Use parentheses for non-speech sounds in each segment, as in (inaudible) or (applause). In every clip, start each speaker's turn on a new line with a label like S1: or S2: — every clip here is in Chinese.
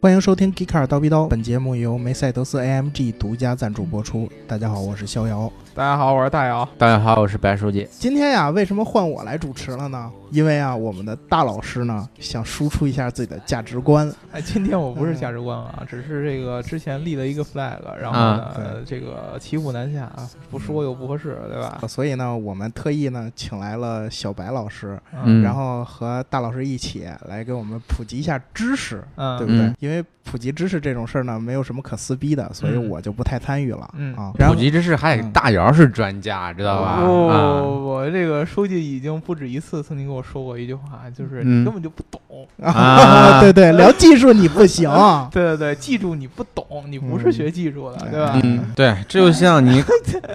S1: 欢迎收听《g e e k a r 刀逼刀》，本节目由梅赛德斯 AMG 独家赞助播出。大家好，我是逍遥。
S2: 大家好，我是大姚。
S3: 大家好，我是白书记。
S1: 今天呀、为什么换我来主持了呢？因为啊，我们的大老师呢想输出一下自己的价值观，
S2: 哎，今天我不是价值观了啊，只是这个之前立了一个 flag，然后呢
S3: 啊，
S1: 对
S2: 呃这个骑虎难下啊，不说又不合适，对吧？
S1: 所以呢，我们特意呢请来了小白老师，
S3: 嗯
S1: 然后和大老师一起来给我们普及一下知识，
S2: 嗯，
S1: 对不对？
S3: 嗯
S1: 因为普及知识这种事儿呢，没有什么可撕逼的，所以
S2: 嗯
S1: 我就不太参与了、
S2: 嗯
S1: 啊。然
S3: 普
S1: 后
S3: 及知识还得
S1: 嗯
S3: 大姚是专家，知道吧？
S2: 不
S3: 啊，
S2: 我这个书记已经不止一次曾经跟我说过一句话，就是
S3: 嗯
S2: 你根本就不懂。
S1: (laughs)
S3: 啊
S1: 对对，聊技术你不
S3: (laughs)
S1: 行。
S2: 对对对，记住你不懂，你不是学技术的，对吧？
S3: 嗯，对，这就
S2: (laughs)
S3: 像你，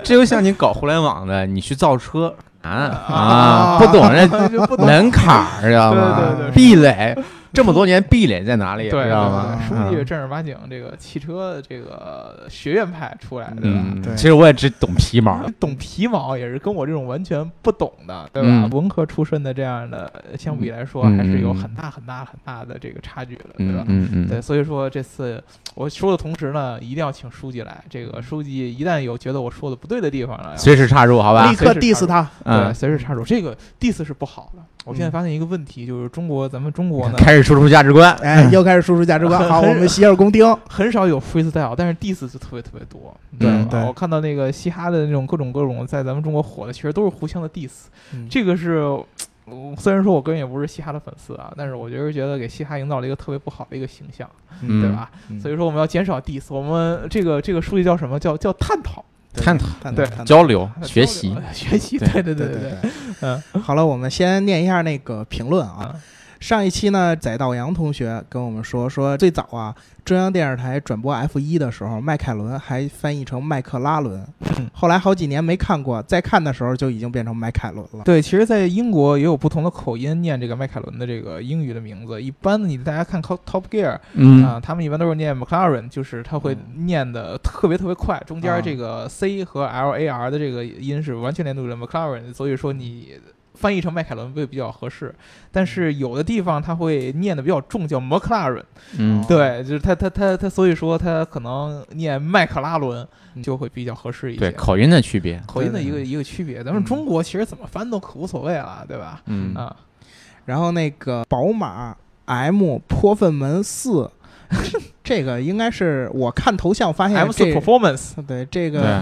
S3: 这就像你搞互联网的，你去造车啊
S1: 啊
S3: 啊，不懂
S2: (laughs)
S3: 人
S2: 那就不懂。
S3: 门槛儿，知道吗？
S2: 对对对
S3: 壁垒，这么多年壁垒在哪里？
S2: 对
S3: 知道吗？
S2: 对
S3: 嗯
S2: 书记正儿八经这个汽车这个学院派出来的，对吧？
S1: 对
S3: 嗯，其实我也只懂皮毛。
S2: (laughs) 懂皮毛也是跟我这种完全不懂的，对吧？
S3: 嗯
S2: 文科出身的这样的，相比来说
S3: 嗯
S2: 还是有很大很大很大的这个差距的，对吧
S3: 嗯？嗯嗯，
S2: 对，所以说这次我说的同时呢，一定要请书记来。这个书记一旦有觉得我说的不对的地方了，
S3: 随时插入，好吧
S1: 立？刻
S2: 随时
S1: diss 他，
S2: 对，
S3: 嗯，
S2: 随时插入。这个 diss 是不好的。我现在发现一个问题，就是中国咱们中
S3: (laughs)
S2: 国呢，
S3: 开始输出价值观。
S2: 嗯
S1: 哎，又开始输出价值
S2: (laughs)
S1: 观。好，
S2: 很
S1: 我们洗耳恭听。
S2: 很少有 freestyle，但是 diss 就特别特别多。你
S3: 对
S2: 知道吗
S1: 对
S2: 我看到那个嘻哈的那种各种各种在咱们中国火的，其实都是互相的 diss。
S1: 嗯
S2: 这个是，我虽然说我个人也不是嘻哈的粉丝啊，但是我就是觉得给嘻哈营造了一个特别不好的一个形象，
S3: 嗯
S2: 对吧？
S1: 嗯
S2: 所以说我们要减少 diss，我们这个这个书籍叫什么叫叫探讨、
S3: 探讨、
S1: 探
S2: 对
S1: 探
S3: 交流、学习
S2: 交，流学习，
S3: 对
S2: 对对
S1: 对
S2: 对对。
S1: 对。
S2: 嗯
S1: 好了，我们先念一下那个评论啊。上一期呢，载道阳同学跟我们说，说最早啊，中央电视台转播 F 一的时候，迈凯伦还翻译成麦克拉伦
S2: 嗯，
S1: 后来好几年没看过，再看的时候就已经变成迈凯伦了。
S2: 对，其实，在英国也有不同的口音念这个迈凯伦的这个英语的名字。一般你大家看 Top Gear，啊、
S3: 嗯
S2: 他们一般都是念 McLaren，就是他会
S1: 嗯
S2: 念的特别特别快，中
S1: 啊
S2: 间这个 C 和 L A R 的这个音是完全连读的 McLaren，所以说你翻译成迈凯伦会比较合适。但
S1: 嗯
S2: 是有的地方他会念的比较重，叫 McLaren，
S1: 哦
S3: 嗯，
S2: 对，就是他他他他，所以说他可能念迈克拉伦
S1: 嗯
S2: 就会比较合适一些。
S3: 对，口音的区别。
S2: 口音的一个
S1: 对
S2: 一个区别，咱们
S1: 嗯
S2: 中国其实怎么翻都可无所谓了，对吧？
S3: 嗯
S2: 啊，
S1: 然后那个宝马 M 泼粪门四， (laughs) 这个应该是我看头像发现
S2: M 四
S1: 哎这
S2: Performance
S1: 对这个
S3: 对，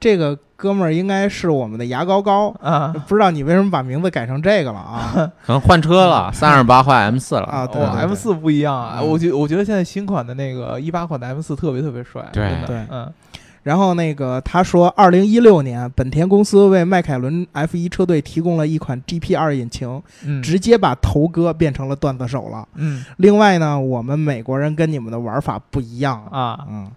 S1: 这个哥们儿应该是我们的牙膏膏，
S2: 啊，
S1: 不知道你为什么把名字改成这个了
S2: (laughs)
S1: 啊？
S3: 可能换车了，三二八换 M 四了
S1: 啊对
S2: 哦
S1: 对
S2: 嗯，M 四不一样啊！
S1: 嗯
S2: 我觉我觉得现在新款的那个一八款的 M 四特别特别帅，
S3: 对
S2: 真的
S1: 对
S2: 嗯，
S1: 然后那个他说，二零一六年本田公司为迈凯伦 F 一车队提供了一款 GP 二引擎，
S2: 嗯
S1: 直接把头哥变成了段子手了。
S2: 嗯
S1: 另外呢，我们美国人跟你们的玩法不一样啊。
S2: 啊，
S1: 嗯，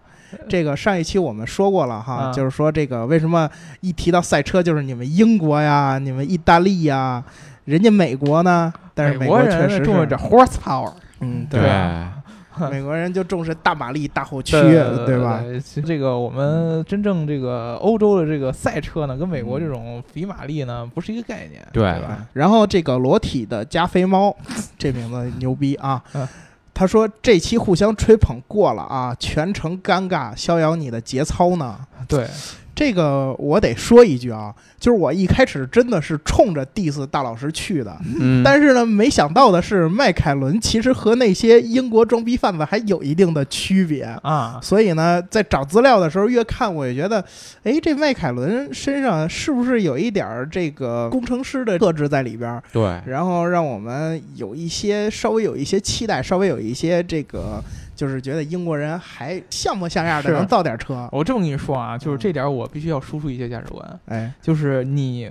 S1: 这个上一期我们说过了哈，
S2: 啊
S1: 就是说这个为什么一提到赛车，就是你们英国呀、你们意大利呀，人家美国呢？但是
S2: 美
S1: 国
S2: 人
S1: 确实
S2: 重视
S1: 是
S2: 点，horsepower，
S1: 嗯，
S2: 对
S3: 啊
S2: 啊
S1: 美国人就重视大马力、大后驱，
S2: 对
S1: 对吧？？嗯
S2: 其实这个我们真正这个欧洲的这个赛车呢，跟美国这种比马力呢不是一个概念，
S3: 对
S2: 吧？
S1: 然后这个裸体的加菲猫，这名字牛逼啊
S2: 嗯！
S1: 他说这期互相吹捧过了啊，全程尴尬。逍遥，你的节操呢？
S2: 对，
S1: 这个我得说一句啊，就是我一开始真的是冲着 diss 大老师去的，
S3: 嗯，
S1: 但是呢，没想到的是，迈凯伦其实和那些英国装逼贩子还有一定的区别。
S2: 啊，
S1: 所以呢，在找资料的时候，越看我也觉得，哎，这迈凯伦身上是不是有一点儿这个工程师的特质在里边儿？
S3: 对，
S2: 哎啊
S1: 然后让我们有一些稍微有一些期待，稍微有一些这个，就是觉得英国人还像模像样的
S2: 是
S1: 能造点车。
S2: 我这么跟你说啊，就是这
S1: 嗯
S2: 点儿我必须要输出一些价值观，
S1: 哎，
S2: 就是你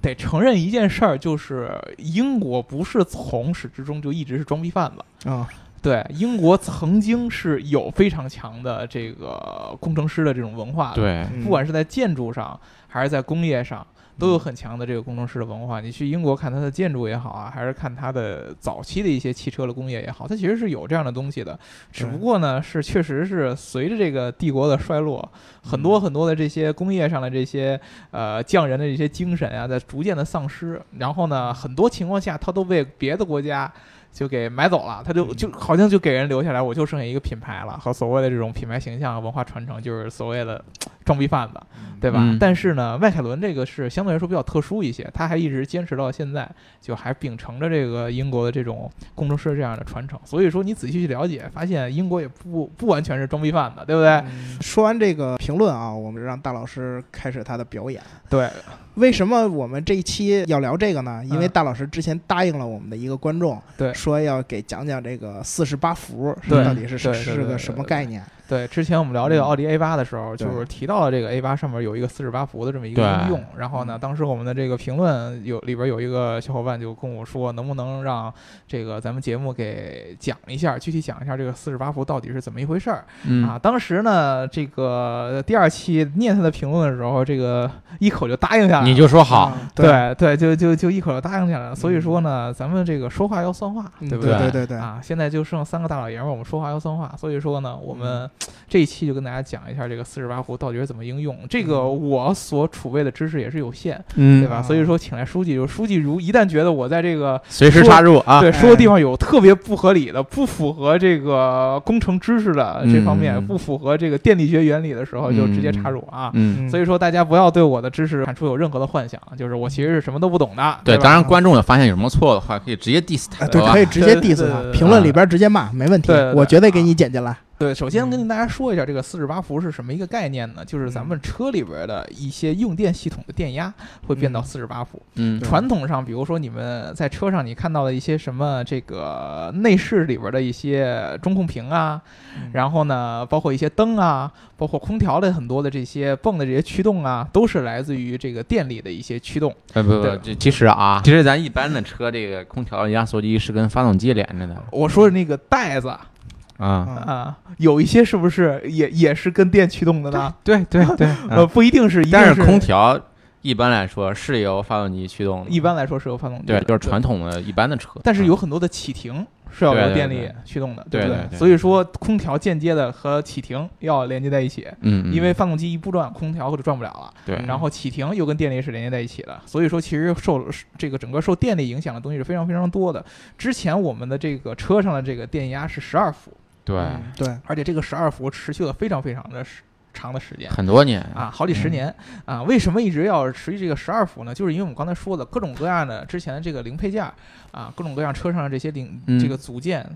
S2: 得承认一件事儿，就是英国不是从始至终就一直是装逼贩子。
S1: 啊、
S2: 对，英国曾经是有非常强的这个工程师的这种文化的，，
S3: 对，
S1: 嗯
S2: 哎不管是在建筑上还是在工业上，都有很强的这个工程师的文化。你去英国看它的建筑也好啊，还是看它的早期的一些汽车的工业也好，它其实是有这样的东西的。只不过呢，是确实是随着这个帝国的衰落，很多很多的这些工业上的这些呃匠人的这些精神啊，在逐渐的丧失。然后呢，很多情况下它都被别的国家。就给买走了，他就就好像就给人留下来，我就剩下一个品牌了和所谓的这种品牌形象、文化传承，就是所谓的装逼贩子，对吧？
S3: 嗯
S2: 但是呢，迈凯伦这个是相对来说比较特殊一些，他还一直坚持到现在，就还秉承着这个英国的这种工程师这样的传承。所以说，你仔细去了解，发现英国也不不完全是装逼贩子，对不对？
S1: 嗯说完这个评论啊，我们让大老师开始他的表演。
S2: 对，
S1: 为什么我们这一期要聊这个呢？因为
S2: 嗯
S1: 大老师之前答应了我们的一个观众，
S2: 对
S1: 说要给讲讲这个四十八伏是
S2: 对
S1: 到底是是
S2: 对对对
S1: 是个什么概念。
S2: 对，之前我们聊这个
S3: 嗯
S2: 奥迪 A 八的时候，
S1: 对
S2: 就是提到了这个 A 八上面有一个四十八伏的这么一个
S3: 对嗯
S2: 应用。然后呢，当时我们的这个评论有里边有一个小伙伴就跟我说，能不能让这个咱们节目给讲一下，具体讲一下这个四十八伏到底是怎么一回事儿、啊？
S3: 嗯，
S2: 当时呢，这个呃第二期念他的评论的时候，这个呃一口就答应下来了。
S3: 你就说好，
S1: 啊，
S2: 对对，就就就一口就答应下来了。所以说呢，咱们这个说话要算话，
S1: 嗯
S2: 对不
S1: 对对对，
S2: 啊，现在就剩三个大老爷们儿，我们说话要算话，所以说呢，我
S3: 嗯
S2: 们这一期就跟大家讲一下这个四十八伏到底是怎么应用。这个我所储备的知识也是有限，对
S3: 嗯，
S2: 吧？所以说，请来书记，就是书记如一旦觉得我在这个
S3: 随时插入啊，
S2: 对说
S1: 哎
S2: 的地方有特别不合理的、不符合这个工程知识的这方面，
S3: 嗯
S2: 不符合这个电力学原理的时候，就直接插入啊。
S3: 嗯，
S2: 所以说，大家不要对我的知识产出有任何的幻想，就是我其实是什么都不懂的。
S3: 对，
S2: 吧
S3: 当然观众也发现有什么错的话，可以直接 diss 他，
S1: 啊对，
S3: 吧
S1: 可以直接 diss
S2: 对对
S1: 他
S2: 对，对
S1: 评论里边直接骂，没问题
S2: 对对，对啊
S1: 我绝对给你剪进来。
S2: 对，首先
S1: 嗯
S2: 跟大家说一下这个四十八伏是什么一个概念呢？就是咱们车里边的一些用电系统的电压会变到
S1: 嗯
S2: 四十八伏。
S3: 嗯
S1: 对
S2: 传统上，比如说你们在车上你看到的一些什么这个内饰里边的一些中控屏啊，然后呢，包括一些灯啊，包括空调的很多的这些泵的这些驱动啊，都是来自于这个电力的一些驱动。
S3: 哎不不，
S2: 对
S3: 这其实啊，其实咱一般的车这个空调压缩机是跟发动机连着的
S2: 我说的那个袋子啊
S3: 啊，
S1: 嗯
S2: 啊，有一些是不是也也是跟电驱动的呢？
S3: 对对
S2: (laughs)
S3: 对，嗯
S2: 呃，不一定是，一定
S3: 但
S2: 是
S3: 空调一般来说是由发动机驱动的，
S2: 一般来说是由发动机
S3: 对
S2: 的，
S3: 就是传统的一般的车，
S2: 但是有很多的启停是要
S3: 对
S2: 由
S3: 对
S2: 电
S3: 对
S2: 力驱动的，
S3: 对
S2: 不
S3: 对对对
S2: 所以说空调间接的和启停要连接在一起，
S3: 嗯，嗯
S2: 因为嗯发动机一不转，空调就转不了了。
S3: 对，
S2: 然后启停又跟电力是连接在一起的，所以说其实受这个整个受电力影响的东西是非常非常多的。之前我们的这个车上的这个电压是十二伏，
S3: 对
S1: 嗯对，
S2: 而且这个十二伏持续了非常非常的时长的时间。
S3: 很多年
S2: 啊，好几
S3: 嗯
S2: 十年啊，为什么一直要持续这个十二伏呢？就是因为我们刚才说的各种各样的之前的这个零配件儿啊，各种各样车上的这些零、
S3: 嗯
S2: 这个组件。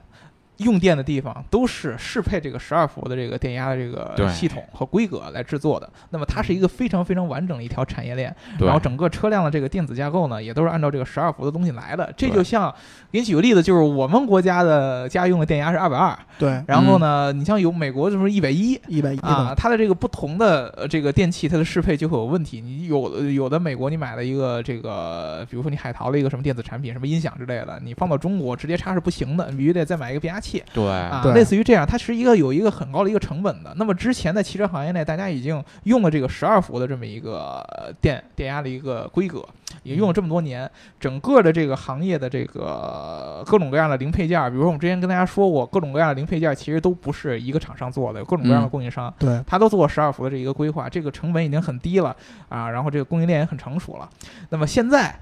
S2: 用电的地方都是适配这个十二伏的这个电压的这
S3: 对嗯
S2: 个系统和规格来制作的。那么它是一个非常非常完整的一条产业链，
S3: 对
S2: 然后整个车辆的这个电子架构呢，也都是按照这个十二伏的东西来的。这
S3: 对
S2: 就像给你举个例子，就是我们国家的家用的电压是二百二，
S1: 对，
S2: 然后呢，你像有美国就是一百一，
S1: 一百一
S2: 啊，
S1: 的，
S2: 它的这个不同的呃这个电器，它的适配就会有问题。你有的有的美国你买了一个这个，比如说你海淘了一个什么电子产品，什么音响之类的，你放到中国直接插是不行的，你必须得再买一个变压器
S3: 哎对
S2: 啊
S1: 对，
S2: 类似于这样，它是一个有一个很高的一个成本的。那么之前在汽车行业内，大家已经用了这个十二伏的这么一个呃电电压的一个规格，也用了这么多年，整个的这个行业的这个各种各样的零配件儿，比如说我们之前跟大家说过，各种各样的零配件儿其实都不是一个厂商做的，有各种各样的
S3: 嗯
S2: 供应商。
S1: 对，
S2: 它都做十二伏的这一个规划，这个成本已经很低了啊，然后这个供应链也很成熟了。那么现在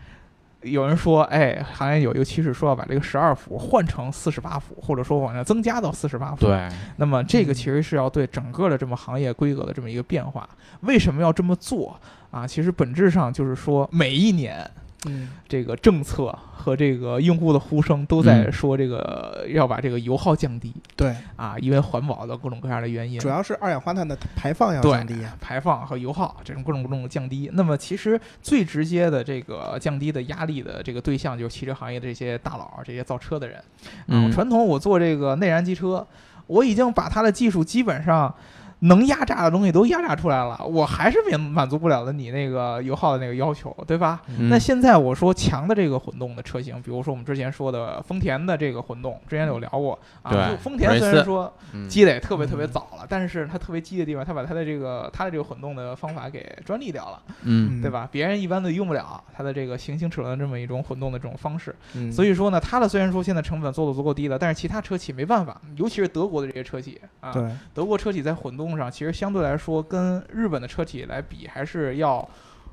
S2: 有人说，哎，行业有一个趋势，说要把这个十二伏换成四十八伏，或者说往上增加到四十八伏。，
S3: 对，
S2: 那么这个其实是要对整个的这么行业规格的这么一个变化。为什么要这么做啊？其实本质上就是说，每一年
S1: 嗯
S2: 这个政策和这个用户的呼声都在
S3: 嗯
S2: 说，这个、要把这个油耗降低
S1: 对，
S2: 啊，因为环保的各种各样的原因。
S1: 主要是二氧化碳的排放要
S2: 对
S1: 降低。啊
S2: 排放和油耗这种各种各种的降低。那么其实最直接的这个降低的压力的这个对象就是汽车行业的这些大佬儿、这些造车的人。啊，
S3: 嗯
S2: 传统我做这个内燃机车，我已经把它的技术基本上。能压榨的东西都压榨出来了，我还是满满足不了的你那个油耗的那个要求，对吧？
S3: 嗯
S2: 那现在我说强的这个混动的车型，比如说我们之前说的丰田的这个混动，之前有聊过啊。
S3: 对
S2: 就丰田
S3: 瑞
S2: 虽
S3: 斯
S2: 然说
S3: 嗯
S2: 积累特别
S1: 嗯
S2: 特别早了，但是它特别鸡的地方，它把它的这个它的这个混动的方法给专利掉了，
S3: 嗯
S2: 对吧？别人一般都用不了它的这个行星齿轮的这么一种混动的这种方式，
S1: 嗯？
S2: 所
S1: 以
S2: 以说呢，它的虽然说现在成本做的足够低了，但是其他车企没办法，尤其是德国的这些车企啊，
S1: 对，
S2: 德国车企在混动上其实相对来说跟日本的车企来比还是要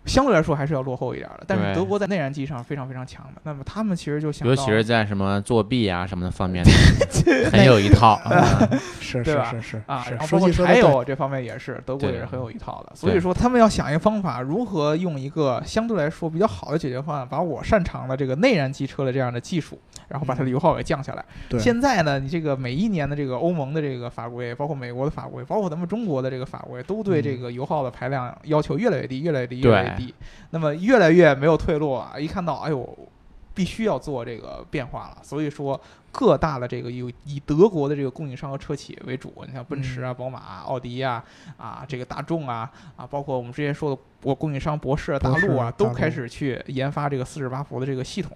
S2: 相对来说还是要落后一点儿的。但是
S3: 对
S2: 德国在内燃机上非常非常强的，那么他们其实就想到，
S3: 尤其是在什么作弊啊什么的
S2: (laughs)
S3: 方面，很有一套。嗯
S1: 是
S2: 对
S1: 是
S2: 吧
S1: 是是
S2: 啊，
S1: 是
S2: 然后包
S1: 书
S2: 括
S1: 记说的
S2: 柴
S1: 对，
S2: 油这方面也是，德国
S3: 对
S2: 也是很有一套的。所以
S3: 对
S2: 说，他们要想一个方法，如何用一个相对来说比较好的解决方案，把我擅长的这个内燃机车的这样的技术，然后把它的油耗给降下来。
S1: 嗯对
S2: 现在呢，你这个每一年的这个欧盟的这个法规，包括美国的法规，包括咱们中国的这个法规，都对
S1: 嗯
S2: 这个油耗的排量要求越来越低，越来越低，越来越低。那么越来越没有退路啊！一看到，哎呦，必须要做这个变化了。所以说，各大的这个有以德国的这个供应商和车企为主，你像奔驰啊、
S1: 嗯
S2: 宝马啊、奥迪啊、啊这个大众啊啊，包括我们之前说的我供应商博世啊、大
S1: 博世
S2: 陆啊，都
S1: 大陆嗯
S2: 开始去研发这个四十八伏的这个系统。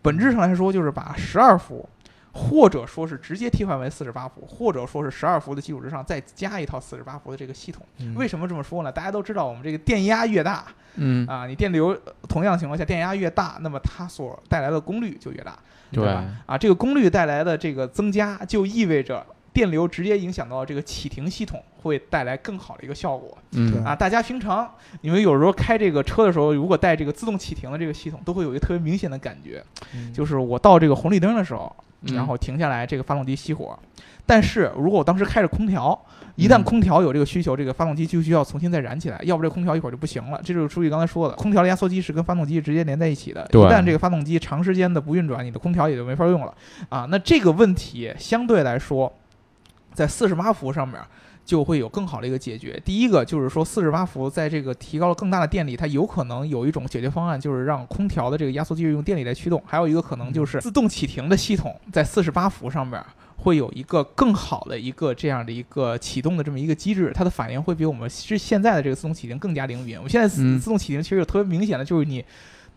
S2: 本质上来说，就是把十二伏。或者说是直接替换为四十八伏，或者说是十二伏的基础之上再加一套四十八伏的这个系统。
S1: 嗯
S2: 为什么这么说呢？大家都知道，我们这个电压越大，
S3: (laughs) 嗯，
S2: 啊，你电流呃同样情况下电压越大，那么它所带来的功率就越大，
S3: 对
S2: 吧啊，这个功率带来的这个增加，就意味着电流直接影响到这个启停系统，会带来更好的一个效果
S3: 嗯
S1: 对
S2: 啊。大家平常你们有时候开这个车的时候，如果带这个自动启停的这个系统，都会有一个特别明显的感觉，
S1: 嗯
S2: 就是我到这个红绿灯的时候，
S3: 嗯
S2: 然后停下来，这个发动机熄火。但是如果我当时开着空调，一旦
S3: 嗯
S2: 空调有这个需求，这个发动机就需要重新再燃起来，要不这空调一会儿就不行了。这就是书记刚才说的，空调的压缩机是跟发动机直接连在一起的，一
S3: 对
S2: 旦这个发动机长时间的不运转，你的空调也就没法用了啊。那这个问题相对来说，在四十八伏上面。就会有更好的一个解决。第一个就是说，四十八伏在这个提高了更大的电力，它有可能有一种解决方案，就是让空调的这个压缩机用电力来驱动；还有一个可
S3: 嗯
S2: 能就是自动启停的系统在四十八伏上面。会有一个更好的一个这样的一个启动的这么一个机制，它的反应会比我们是现在的这个自动启停更加灵敏。我们现在自
S3: 嗯
S2: 自动启停其实有特别明显的，就是你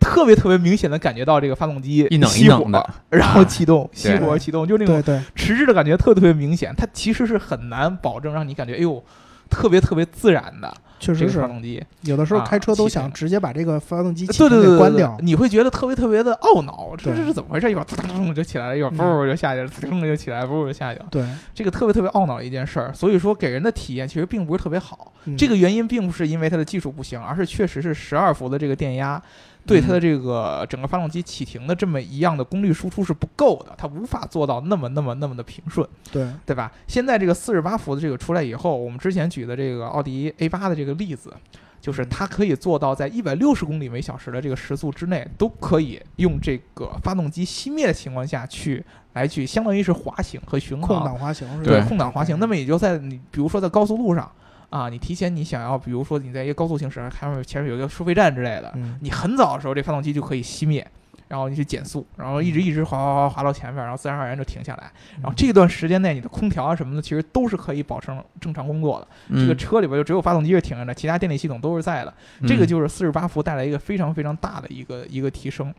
S2: 特别特别明显的感觉到这个发动机
S3: 一冷一
S2: 熄
S3: 冷
S2: 火
S3: 的，啊
S2: 然后启动，熄
S3: 对
S2: 火启动，就那种
S1: 对对
S2: 迟滞的感觉特别特别明显，它其实是很难保证让你感觉哎呦特别特别自然的
S1: 确
S2: 这
S1: 实
S2: 个发
S1: 是
S2: 动机，
S1: 有的时候
S2: 啊
S1: 开车都
S2: 启停
S1: 想直接把这个发动机
S2: 对
S1: 启停
S2: 对对对
S1: 给
S2: 对
S1: 关掉，
S2: 你会觉得特别特别的懊恼，这
S1: 对
S2: 这是怎么回事？一会儿噔噔就起来了，一会儿
S1: 嗯
S2: 嘣就下去了，噔噔就起来，嘣就下去了，
S1: 对，
S2: 这个特别特别懊恼的一件事儿，所以说给人的体验其实并不是特别好。
S1: 嗯
S2: 这个原因并不是因为它的技术不行，而是确实是十二伏的这个电压。对
S1: 嗯
S2: 它的这个整个发动机启停的这么一样的功率输出是不够的，它无法做到那么那么那么的平顺。
S1: 对
S2: 对吧？现在这个四十八伏的这个出来以后，我们之前举的这个奥迪 A 八的这个例子，就是
S1: 嗯
S2: 它可以做到在一百六十公里每小时的这个时速之内，都可以用这个发动机熄灭的情况下去来去，相当于是滑行和巡
S1: 空
S2: 航，
S1: 档嗯滑行是吧？
S2: 对
S3: 对
S2: 空档滑行。那么也就在你比如说在高速路上啊，你提前你想要，比如说你在一个高速行驶，还有前面有一个收费站之类的，
S1: 嗯
S2: 你很早的时候，这发动机就可以熄灭，然后你去减速，然后一
S3: 嗯
S2: 直一直滑滑滑滑到前面，然后自然而然就停下来。然后这段时间内，你的空调啊什么的，其实都是可以保证正常工作的。这个
S3: 嗯
S2: 车里边就只有发动机是停着的，其他电力系统都是在的。这个就是四十八伏带来一个非常非常大的一个一个提升。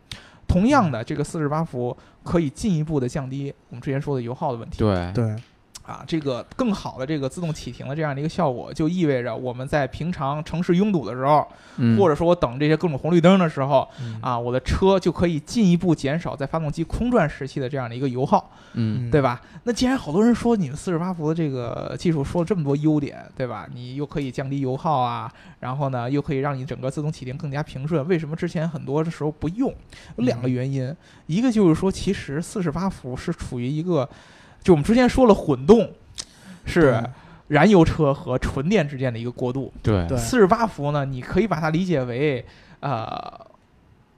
S2: 同样
S3: 嗯
S2: 的，这个四十八伏可以进一步的降低我们之前说的油耗的问题。
S3: 对
S1: 对
S2: 啊，这个更好的这个自动启停的这样的一个效果，就意味着我们在平常城市拥堵的时候，或
S3: 者
S2: 者说我等这些各种红绿灯的时候，
S1: 嗯
S2: 啊，我的车就可以进一步减少在发动机空转时期的这样的一个油耗，
S3: 嗯
S2: 对吧？那既然好多人说你们四十八伏的这个技术说了这么多优点，对吧？你又可以降低油耗啊，然后呢又可以让你整个自动启停更加平顺，为什么之前很多的时候不用？有两
S3: 嗯
S2: 个原因，一个就是说，其实四十八伏是处于一个，就我们之前说了混动是
S1: 对
S2: 燃油车和纯电之间的一个过渡，
S3: 对
S1: 对
S2: 四十八伏呢，你可以把它理解为，呃，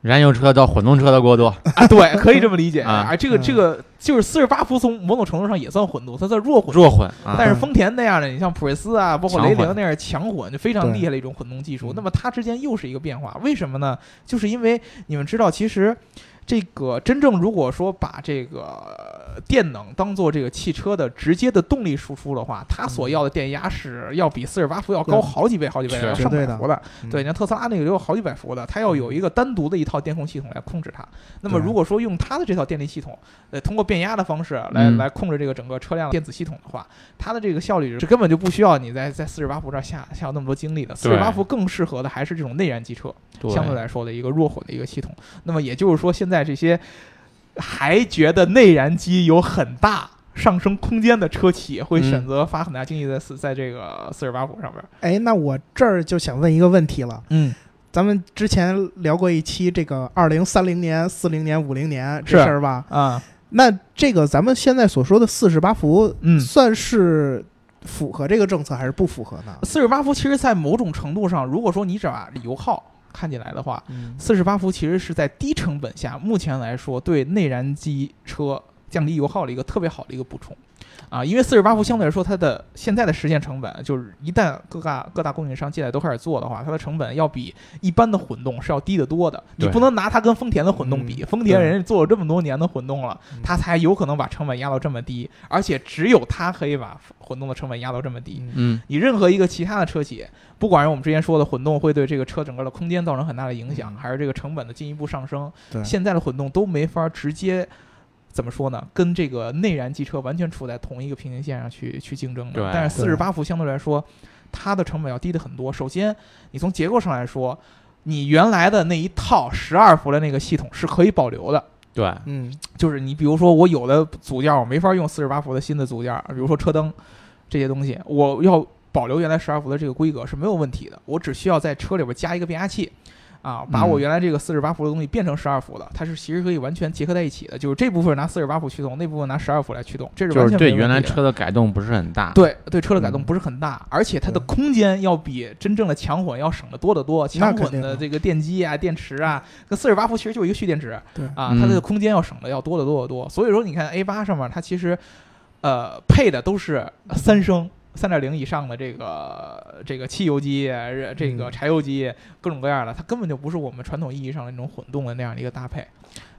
S3: 燃油车到混动车的过渡，
S2: 啊，对，可以这么理解
S3: 啊
S2: 啊。这个
S1: 嗯
S2: 这个就是四十八伏，从某种程度上也算混动，它算弱混。
S3: 弱混啊，
S2: (laughs) 但是丰田那样的，你像普锐斯啊，包括
S3: 强
S2: 雷
S3: 混
S2: 凌那样强混，就非常
S1: 对
S2: 厉害的一种混动技术
S1: 嗯。
S2: 那么它之间又是一个变化，为什么呢？就是因为你们知道，其实这个真正如果说把这个呃电能当做这个汽车的直接的动力输出的话，它所
S1: 嗯
S2: 要的电压是要比四十八伏要
S1: 对
S2: 高好几倍、好几倍，
S3: 是
S2: 要
S1: 绝
S2: 上
S1: 对
S2: 百
S1: 的
S2: 伏的。
S1: 嗯
S2: 对，你看特斯拉那个有好几百伏的，它要
S3: 嗯
S2: 有一个单独的一套电控系统来控制它。那么
S1: 对
S2: 如果说用它的这套电力系统，呃，通过变压的方式来
S3: 嗯
S2: 来控制这个整个车辆电子系统的话，它的这个效率是根本就不需要你在在四十八伏这儿下下那么多精力的。四十八伏更适合的还是这种内燃机车，相对来说的一个弱混的一个系统。那么也就是说，现在这些还觉得内燃机有很大。上升空间的车企会选
S3: 嗯
S2: 择花很大精力在四在这个四十八伏上边。
S1: 哎，那我这儿就想问一个问题了，
S2: 嗯，
S1: 咱们之前聊过一期这个二零三零年、四零年、五零年这
S2: 是
S1: 事儿吧？
S2: 啊，
S1: 那这个咱们现在所说的四十八伏，
S2: 嗯
S1: 算是符合这个政策还是不符合呢？
S2: 四十八伏其实，在某种程度上，如果说你只把油耗看进来的话，
S1: 嗯
S2: 四十八伏其实是在低成本下，目前来说对内燃机车降低油耗的一个特别好的一个补充。啊，因为四十八伏相对来说，它的现在的实现成本就是一旦各大各大供应商进来都开始做的话，它的成本要比一般的混动是要低得多的。你
S3: 对
S2: 不能拿它跟丰田的混动比，丰田
S1: 嗯对
S2: 人家做了这么多年的混动了
S1: 嗯，
S2: 它才有可能把成本压到这么低，而且只有它可以把混动的成本压到这么低。
S3: 嗯
S2: 你任何一个其他的车企，不管是我们之前说的混动会对这个车整个的空间造成很大的影响，
S1: 嗯
S2: 还是这个成本的进一步上升，
S1: 对
S2: 现在的混动都没法直接怎么说呢，跟这个内燃机车完全处在同一个平行线上去去竞争的
S3: 对。
S2: 但是四
S1: 对
S2: 十八伏相对来说，它的成本要低的很多。首先，你从结构上来说，你原来的那一套十二伏的那个系统是可以保留的。
S3: 对，
S1: 嗯，
S2: 就是你比如说我有的组件儿我没法用四十八伏的新的组件儿，比如说车灯这些东西，我要保留原来十二伏的这个规格是没有问题的，我只需要在车里边加一个变压器。啊，把我
S3: 嗯
S2: 原来这个四十八伏的东西变成十二伏的，它是其实可以完全结合在一起的，就是这部分拿四十八伏驱动，那部分拿十二伏来驱动，这是
S3: 就
S2: 完
S3: 是
S2: 全
S3: 对
S2: 没问
S3: 原来
S2: 题的
S3: 车的改动不是很大。
S2: 对对车的改动
S3: 嗯
S2: 不是很大，而且它的
S1: 对
S2: 空间要比真正的强混要省得多得多。强
S1: 肯
S2: 混
S1: 定
S2: 的
S1: 的
S2: 这个电机啊、电池啊，跟四十八伏其实就是一个蓄电池，
S1: 对
S2: 啊，
S3: 嗯
S2: 它的空间要省的要多得多得多。所以说，你看 A 八上面它其实呃配的都是三升。三点零以上的这个这个汽油机、呃这个
S1: 嗯
S2: 柴油机，各种各样的，它根本就不是我们传统意义上的那种混动的那样的一个搭配。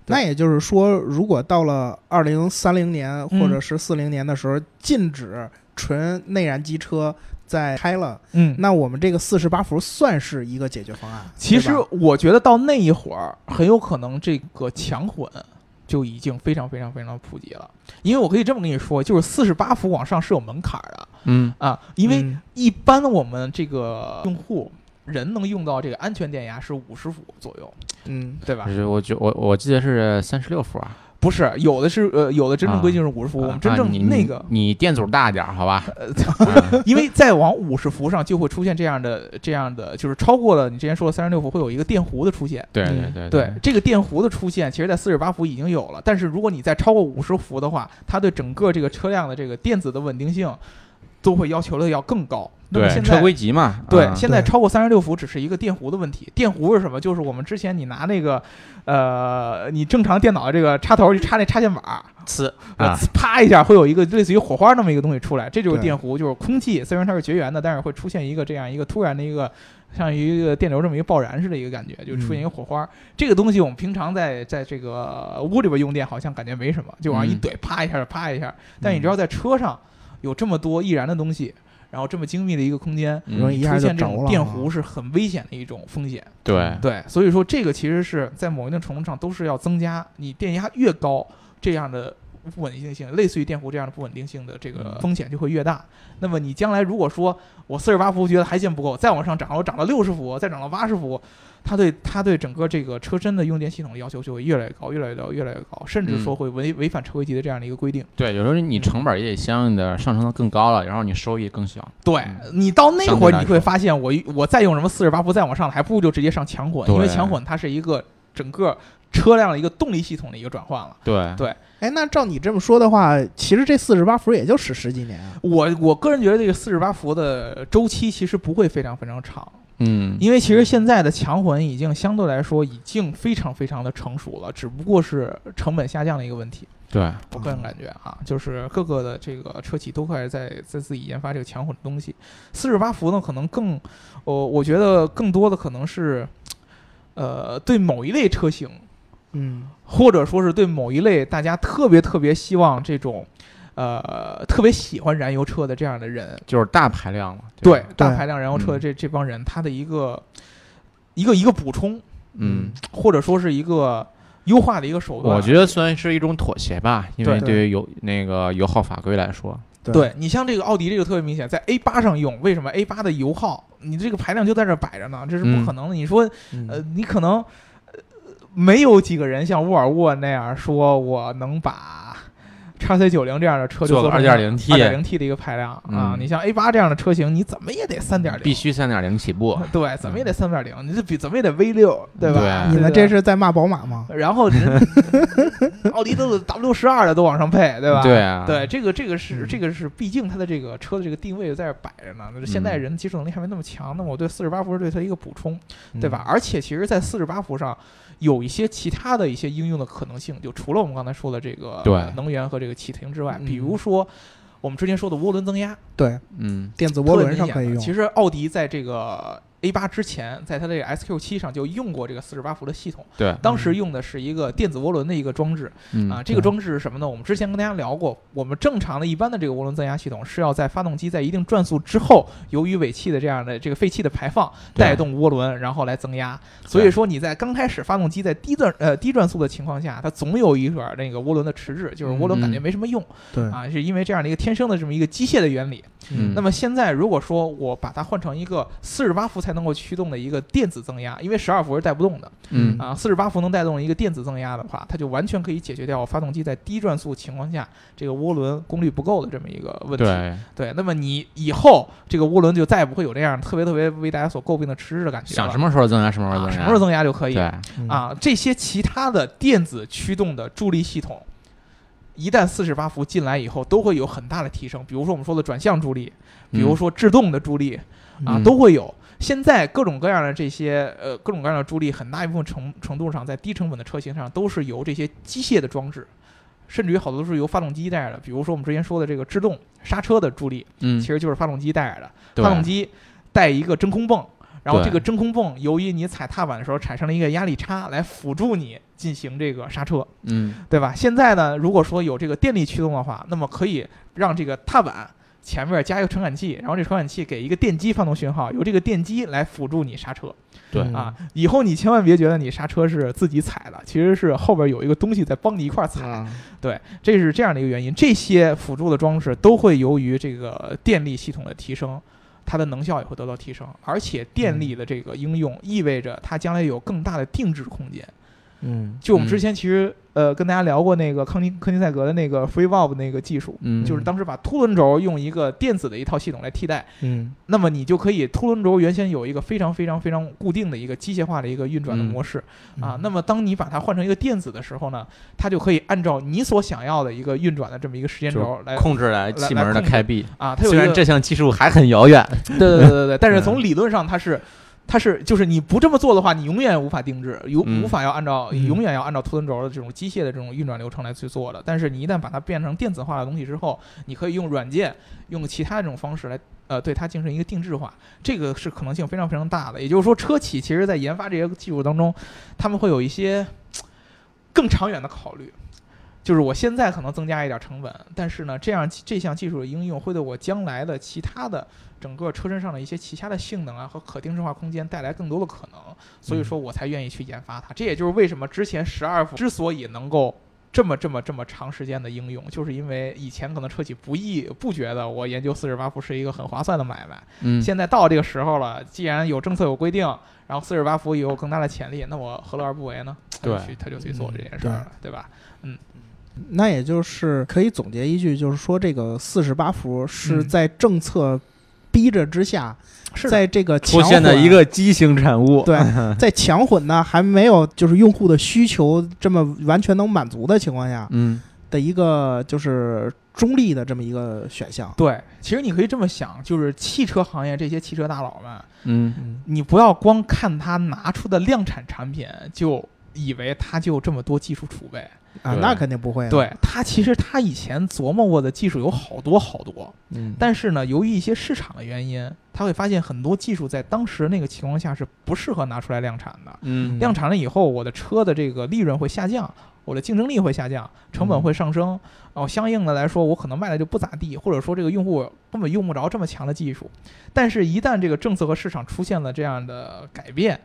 S2: 对
S1: 那也就是说，如果到了二零三零年
S2: 嗯
S1: 或者是四零年的时候，禁止纯内燃机车在开了，
S2: 嗯
S1: 那我们这个四十八伏算是一个解决方案。
S2: 其
S1: 对
S2: 实
S1: 吧
S2: 我觉得到那一会儿，很有可能这个强混就已经非常非常非常普及了，因为我可以这么跟你说，就是四十八伏往上是有门槛儿的
S3: 嗯
S2: 啊，因为
S1: 嗯
S2: 一般我们这个用户人能用到这个安全电压是五十伏左右，
S1: 嗯
S2: 对吧
S3: 就？是我觉我我记得是三十六伏啊，
S2: 不是，有的是呃，有的真正
S3: 啊
S2: 规定是五十伏，我
S3: 啊
S2: 们真正
S3: 你
S2: 那
S3: 你
S2: 个，
S3: 你电阻大点儿，好吧？
S2: 呃，
S3: 嗯
S2: (laughs) 因为再往五十伏上就会出现这样的这样的，就是超过了你之前说的三十六伏，会有一个电弧的出现。
S3: 对
S1: 嗯
S2: (laughs)
S3: 对
S2: 对，这个电弧的出现，其实在四十八伏已经有了，但是如果你再超过五十伏的话，它对整个这个车辆的这个电子的稳定性都会要求的要更高。那么
S3: 对，
S2: 现
S3: 车
S2: 在
S3: 规级嘛。
S2: 对，
S3: 啊
S2: 现在
S1: 对
S2: 超过三十六伏只是一个电弧的问题。电弧是什么？就是我们之前你拿那个，呃，你正常电脑的这个插头去插那插线板儿，
S3: 呲
S2: 呃
S3: 啊，
S2: 啪一下会有一个类似于火花那么一个东西出来，这就是
S1: 对
S2: 电弧，就是空气虽然它是绝缘的，但是会出现一个这样一个突然的一个。像一个电流这么一个爆燃似的一个感觉，就
S1: 嗯
S2: 出现一个火花。这个东西我们平常在在这个屋里边用电，好像感觉没什么，就往上一
S3: 嗯
S2: 怼，啪一下，啪一下。
S1: 嗯
S2: 但你知道，在车上有这么多易燃的东西，然后这么精密的一个空间，
S3: 嗯
S1: 容易一下
S2: 出
S1: 就
S2: 现这
S1: 着
S2: 种
S1: 了
S2: 电
S1: 啊
S2: 弧是很危险的一种风险。
S3: 对
S2: 对，所以说这个其实是在某一定程度上都是要增加你电压越高这样的。不稳定性，类似于电弧这样的不稳定性的这个
S3: 嗯
S2: 风险就会越大。那么你将来如果说我四十八伏觉得还嫌不够，再往上涨，我涨到六十伏，再涨到八十伏，它对它对整个这个车身的用电系统的要求就会越来越高，越来越高，越来越高，甚至说会违违反车规级的这样的一个规定。
S3: 对，有时候你成本也得相应的上升的更高了，然后你收益更小。
S2: 对
S3: 嗯
S2: 你到那
S3: 相对
S2: 会儿，
S3: 来
S2: 你会
S3: 说
S2: 发现我我再用什么四十八伏再往上了，还不如就直接上强混，因为
S3: 对
S2: 强混它是一个整个车辆的一个动力系统的一个转换了。
S3: 对
S2: 对
S1: 哎，那照你这么说的话，其实这四十八伏也就使十几年啊。
S2: 我我个人觉得这个四十八伏的周期其实不会非常非常长，
S3: 嗯，
S2: 因为其实现在的强混已经相对来说已经非常非常的成熟了，只不过是成本下降的一个问题。
S3: 对
S2: 我个
S1: 嗯
S2: 人感觉啊，就是各个的这个车企都开始在在自己研发这个强混的东西。四十八伏呢，可能更，呃，我觉得更多的可能是，呃，对某一类车型，
S1: 嗯，
S2: 或者说是对某一类大家特别特别希望这种，呃，特别喜欢燃油车的这样的人，
S3: 就是大排量嘛。
S2: 对
S3: 吧，
S2: 大
S1: 对
S2: 排量燃油车的这这帮人，他的一个一个一个补充，
S3: 嗯，
S2: 或者说是一个优化的一个手段。
S3: 我觉得算是一种妥协吧，因为
S1: 对
S3: 对于油那个油耗法规来说，
S1: 对
S2: 对你像这个奥迪这个特别明显，在 A 八上用，为什么 A 八的油耗，你这个排量就在这儿摆着呢？这是不
S3: 嗯
S2: 可能的。你说，呃
S1: 嗯，
S2: 你可能、呃没有几个人像沃尔沃那样说我能把。叉 C 九零这样的车就
S3: 做个
S2: 二点
S3: 2.0T
S2: 二点零 T 的一个排量啊，
S3: 嗯
S2: 你像 A 八这样的车型，你怎么也得三点零，
S3: 必须三点零起步。
S2: 对，怎么也得三点零，你这比怎么也得 V 六，对吧？
S3: 对
S1: 你们
S2: 对
S1: 这
S2: 吧。
S1: 是在骂宝马吗？
S2: 然后人 (laughs) 奥迪都有 W 十二的都往上配，对吧？
S3: 对啊，
S2: 对，这个这个是
S1: 嗯
S2: 这个是，毕竟它的这个车的这个定位在这摆着呢。那现
S1: 嗯
S2: 在人的技术能力还没那么强，那么我对四十八伏是对它一个补充，对
S1: 嗯
S2: 吧？？而且其实，在四十八伏上有一些其他的一些应用的可能性，就除了我们刚才说的这个
S3: 对
S2: 呃能源和这个启停之外，
S1: 嗯
S2: 比如说我们之前说的涡轮增压，
S1: 对，
S3: 嗯，
S1: 电子涡
S2: 特别
S1: 轮
S2: 明
S1: 上
S2: 显
S1: 可以
S2: 的
S1: 用。
S2: 其实奥迪在这个 A 八之前，在它的这个 SQ 七上就用过这个四十八伏的系统，
S3: 对，
S2: 当
S1: 嗯
S2: 时用的是一个电子涡轮的一个装置。
S3: 嗯
S2: 啊，这个装置是什么呢？我们之前跟大家聊过，我们正常的一般的这个涡轮增压系统是要在发动机在一定转速之后，由于尾气的这样的这个废气的排放
S3: 对
S2: 带动涡轮，然后来增压。所以说你在刚开始发动机在低转呃低转速的情况下，它总有一点儿那个涡轮的迟滞，就是涡轮感觉
S3: 嗯
S2: 没什么用、
S1: 对，
S2: 啊，是因为这样的一个天生的这么一个机械的原理。
S3: 嗯
S2: 那么现在如果说我把它换成一个四十八伏才能够驱动的一个电子增压，因为十二伏是带不动的。
S3: 嗯
S2: 啊，四十八伏能带动一个电子增压的话，它就完全可以解决掉发动机在低转速情况下这个涡轮功率不够的这么一个问题。
S3: 对，
S2: 对那么你以后这个涡轮就再也不会有这样特别特别为大家所诟病的迟滞的感觉
S3: 想
S2: 了
S3: 什么时候增加什么时候
S2: 啊
S3: 增
S2: 什
S3: 加，
S2: 么时候增压就可以
S3: 对，
S1: 嗯，
S2: 啊。这些其他的电子驱动的助力系统。一旦四十八伏进来以后，都会有很大的提升。比如说我们说的转向助力，比如
S3: 嗯
S2: 说制动的助力，啊，
S3: 嗯
S2: 都会有。现在各种各样的这些呃各种各样的助力，很大一部分程程度上，在低成本的车型上，都是由这些机械的装置，甚至于好多都是由发动机带来的。比如说我们之前说的这个制动刹车的助力，
S3: 嗯
S2: 其，实就是发动机带来的。
S3: 对
S2: 发动机带一个真空泵，然后
S3: 对
S2: 这个真空泵由于你踩踏板的时候产生了一个压力差，来辅助你进行这个刹车，
S3: 嗯
S2: 对吧？现在呢，如果说有这个电力驱动的话，那么可以让这个踏板前面加一个传感器，然后这传感器给一个电机发动讯号，由这个电机来辅助你刹车
S3: 对
S1: 嗯
S2: 啊。以后你千万别觉得你刹车是自己踩的，其实是后边有一个东西在帮你一块儿踩。
S1: 啊，
S2: 对，这是这样的一个原因。这些辅助的装置都会由于这个电力系统的提升，它的能效也会得到提升，而且电力的这个应用意味着它将来有更大的定制空间。
S1: 嗯，
S2: 就我们之
S3: 嗯
S2: 前其实、呃跟大家聊过那个康尼科尼塞格的那个 Free Valve 那个技术，
S3: 嗯，
S2: 就是当时把凸轮轴用一个电子的一套系统来替代，
S1: 嗯，
S2: 那么你就可以凸轮轴原先有一个非常非常非常固定的一个机械化的一个运转的
S3: 嗯
S2: 模式、啊
S1: 嗯，
S2: 那么当你把它换成一个电子的时候呢，它就可以按照你所想要的一个运转的这么一个时间
S3: 就
S2: 轴来
S3: 控制来气门的开闭，
S2: 啊，它有
S3: 虽
S2: 一
S3: 然
S2: 个
S3: 这项技术还很
S2: (laughs)
S3: 遥远，
S2: 对对对对对，但是
S3: 嗯
S2: 从理论上它是。它是，就是你不这么做的话，你永远无法定制，永
S3: 嗯
S2: 无法要按照，
S1: 嗯
S2: 永远要按照凸轮轴的这种机械的这种运转流程来去做的。但是你一旦把它变成电子化的东西之后，你可以用软件，用其他这种方式来，呃，对它进行一个定制化，这个是可能性非常非常大的。也就是说，车企其实在研发这些技术当中，他们会有一些嘖更长远的考虑，就是我现在可能增加一点成本，但是呢，这样这项技术的应用会对我将来的其他的整个车身上的一些其他的性能啊和可定制化空间带来更多的可能，所以说我才愿意去研发它。这也就是为什么之前十二伏之所以能够。这么这么这么长时间的应用，就是因为以前可能车企不意不觉得我研究四十八伏是一个很划算的买卖，
S3: 嗯，
S2: 现在到这个时候了，既然有政策有规定，然后四十八伏也有更大的潜力，那我何乐而不为呢？他就
S3: 对
S2: 去他就去做这件事儿了，对吧？
S1: 那也就是可以总结一句，就是说这个四十八伏是
S2: 嗯
S1: 在政策逼着之下，
S2: 是的
S1: 在这个
S3: 出
S1: 强
S3: 现的
S1: 混
S3: 一个畸形产物，
S1: 对，在强混呢还没有就是用户的需求这么完全能满足的情况下
S3: (laughs) 嗯，
S1: 的一个就是中立的这么一个选项。
S2: 对，其实你可以这么想，就是汽车行业这些汽车大佬们，
S3: 嗯
S1: 嗯
S2: 你不要光看他拿出的量产产品就。以为他就这么多技术储备，
S1: 啊，
S3: 对
S1: 那肯定不会。，
S2: 对他其实他以前琢磨过的技术有好多好多，
S1: 嗯，
S2: 但是呢，由于一些市场的原因，他会发现很多技术在当时那个情况下是不适合拿出来量产的。
S3: 嗯
S2: 量产了以后，我的车的这个利润会下降，我的竞争力会下降，成本会上升，哦，相应的来说，我可能卖的就不咋地，或者说这个用户根本用不着这么强的技术。但是，一旦这个政策和市场出现了这样的改变，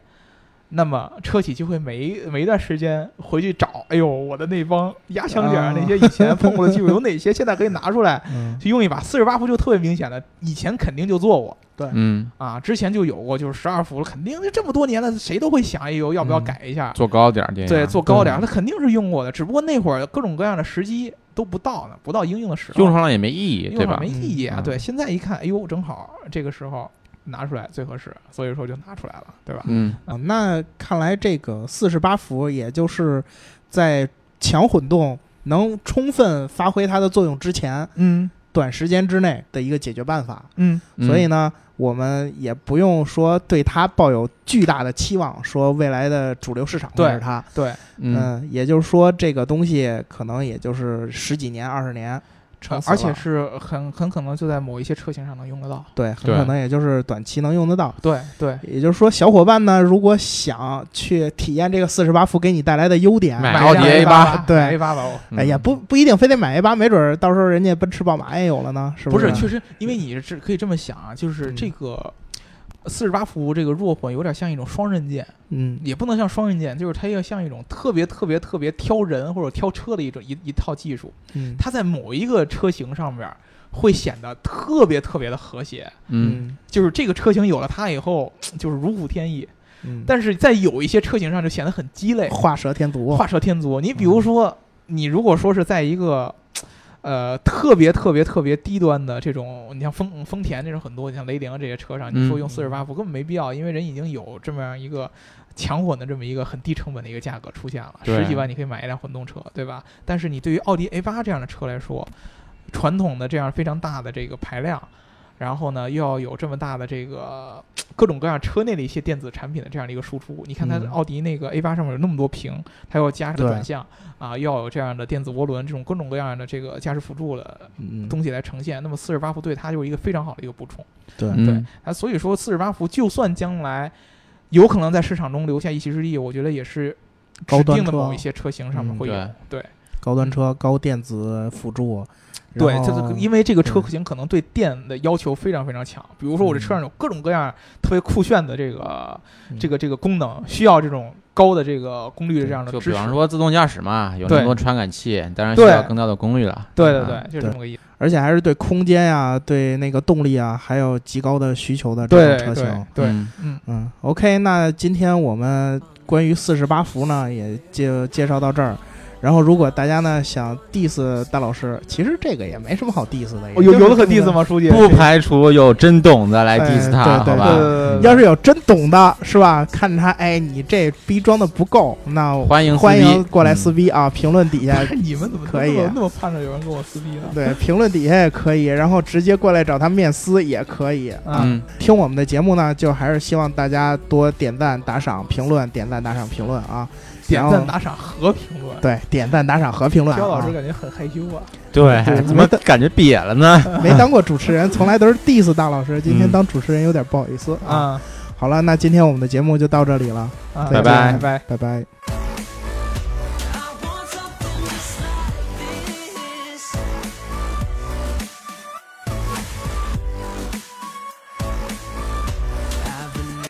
S2: 那么车企就会每一每一段时间回去找，哎呦，我的那帮压箱底儿那些以前碰过的技术有哪些，现在可以拿出来
S1: 嗯
S2: 去用一把。四十八伏就特别明显的，以前肯定就做过，
S3: 嗯，
S2: 啊，之前就有过，就是十二伏了，肯定这么多年了，谁都会想，哎呦，要不要
S1: 嗯
S2: 改一下？
S3: 做高点儿这样，
S2: 对，做高点儿，
S1: 对
S2: 他肯定是用过的，只不过那会儿各种各样的时机都不到呢，不到应用的时候，
S3: 用上了也没意义，
S2: 用
S3: 对
S2: 上
S3: 吧
S2: 没？意义啊。
S3: 嗯
S2: 对，现在一看，哎呦，正好这个时候拿出来最合适，所以说就拿出来了，对吧？
S3: 嗯，
S1: 啊，那看来这个四十八伏，也就是在强混动能充分发挥它的作用之前，
S2: 嗯
S1: 短时间之内的一个解决办法。
S2: 嗯
S3: 嗯
S1: 所以呢，我们也不用说对它抱有巨大的期望，说未来的主流市场会
S2: 对
S1: 是它。
S2: 对，
S3: 嗯，
S1: 也就是说，这个东西可能也就是十几年、二十年撑死了，
S2: 而且是很很可能就在某一些车型上能用得到。
S1: 对，很
S3: 对
S1: 可能也就是短期能用得到。
S2: 对对，
S1: 也就是说，小伙伴呢，如果想去体验这个四十八伏给你带来的优点，
S3: 买
S2: 一
S3: 奥
S2: 辆
S3: 迪
S2: A
S3: A8
S2: 八，
S1: 对
S2: A 八吧，我
S3: 嗯
S1: 哎呀，不不一定非得买 A 八，没准儿到时候人家奔驰、宝马也有了呢，是
S2: 不
S1: 是？
S2: 是，确实，因为你是可以这么想啊，就是
S1: 嗯
S2: 这个四十八伏这个弱混有点像一种双刃剑，
S1: 嗯，
S2: 也不能像双刃剑，就是它要像一种特别特别特别挑人或者挑车的一种一一套技术，
S1: 嗯
S2: 它在某一个车型上面会显得特别特别的和谐，
S3: 嗯，
S2: 就是这个车型有了它以后就是如虎添翼，
S1: 嗯，
S2: 但是在有一些车型上就显得很鸡肋，
S1: 画蛇添足，啊
S2: 画蛇添足。你比如
S3: 嗯
S2: 说，你如果说是在一个。呃，特别特别特别低端的这种，你像丰丰田这种很多，你像雷凌这些车上，你说
S3: 嗯
S2: 用四十八伏根本没必要，因为人已经有这么样一个强混的这么一个很低成本的一个价格出现了，
S3: 对
S2: 十几万你可以买一辆混动车，对吧？但是你对于奥迪 A 八这样的车来说，传统的这样非常大的这个排量，然后呢又要有这么大的这个各种各样车内的一些电子产品的这样的一个输出，你看它
S1: 嗯
S2: 奥迪那个 A 八上面有那么多屏，它要加上
S1: 对
S2: 转向啊，要有这样的电子涡轮这种各种各样的这个驾驶辅助的
S1: 嗯，
S2: 东西来呈现。那么四十八伏对它就是一个非常好的一个补充。
S1: 对
S3: 嗯
S2: 对，啊，所以说四十八伏就算将来有可能在市场中留下一席之地，我觉得也是
S1: 高
S2: 指
S1: 端
S2: 定的
S1: 车
S2: 某一些车型上面
S1: 嗯
S2: 会有。
S3: 对
S2: 对
S1: 高端车、高电子辅助，
S2: 对，
S1: 然
S2: 它这
S1: 后
S2: 个因为这个车
S1: 对
S2: 型可能对电的要求非常非常强。比如说我这车上有各种各样特别酷炫的这个
S1: 嗯
S2: 这个这个功能，需要这种高的这个功率的这样的
S3: 就
S2: 支
S3: 比
S2: 持
S3: 方。说自动驾驶嘛，有那
S2: 对
S3: 么多传感器，当然需要
S2: 对
S3: 更高的功率了。
S2: 对对对
S1: 嗯
S3: 啊，，
S2: 就是这么个意思。
S1: 而且还是对空间呀、对那个动力啊，还有极高的需求的这
S2: 对
S1: 种车
S2: 对
S1: 型。
S2: 对，
S3: 嗯
S2: 嗯，
S1: 嗯，OK，那今天我们关于四十八伏呢，也就介绍到这儿。然后，如果大家呢想 diss 大老师，其实这个也没什么好 diss 的，也
S2: 哦有有的
S1: 就是
S2: 可
S1: 这么
S2: diss 吗，书记？
S3: 不排除有真懂的来
S1: 哎
S3: diss
S1: 对
S3: 他，好
S1: 对
S2: 对
S3: 吧？
S2: 对对对
S1: 要是有真懂的，是吧？看他，哎，你这逼装的不够，那我
S3: 欢迎
S1: 欢
S3: 撕逼
S1: 迎过来
S2: 嗯
S1: 撕逼啊！评论底
S2: (laughs)
S1: 下，
S2: 你们怎么
S1: 可以
S2: 那么
S1: 啊
S2: 那么盼着有人跟我撕逼呢？
S1: 对，评论底下也可以，然后直接过来找他面撕也可以啊。
S3: 嗯，
S1: 听我们的节目呢，就还是希望大家多点赞、打赏、评论，点赞、打赏、评论啊！
S2: 点
S1: 然
S2: 赞、
S1: 后
S2: 打赏和评论。
S1: 对，点赞、打赏和评论、
S2: 肖老
S1: 啊
S2: 师。感觉很害羞啊，
S3: 对
S1: 对，
S3: 怎么感觉瘪了呢？
S1: 没当过主持人，从来都是 diss 大老师，今天
S3: 嗯
S1: 当主持人有点不好意思啊。
S2: 啊
S1: 好了，那今天我们的节目就到这里了，
S2: 啊！
S1: 再见
S3: 拜拜
S2: 拜拜。
S1: 拜拜。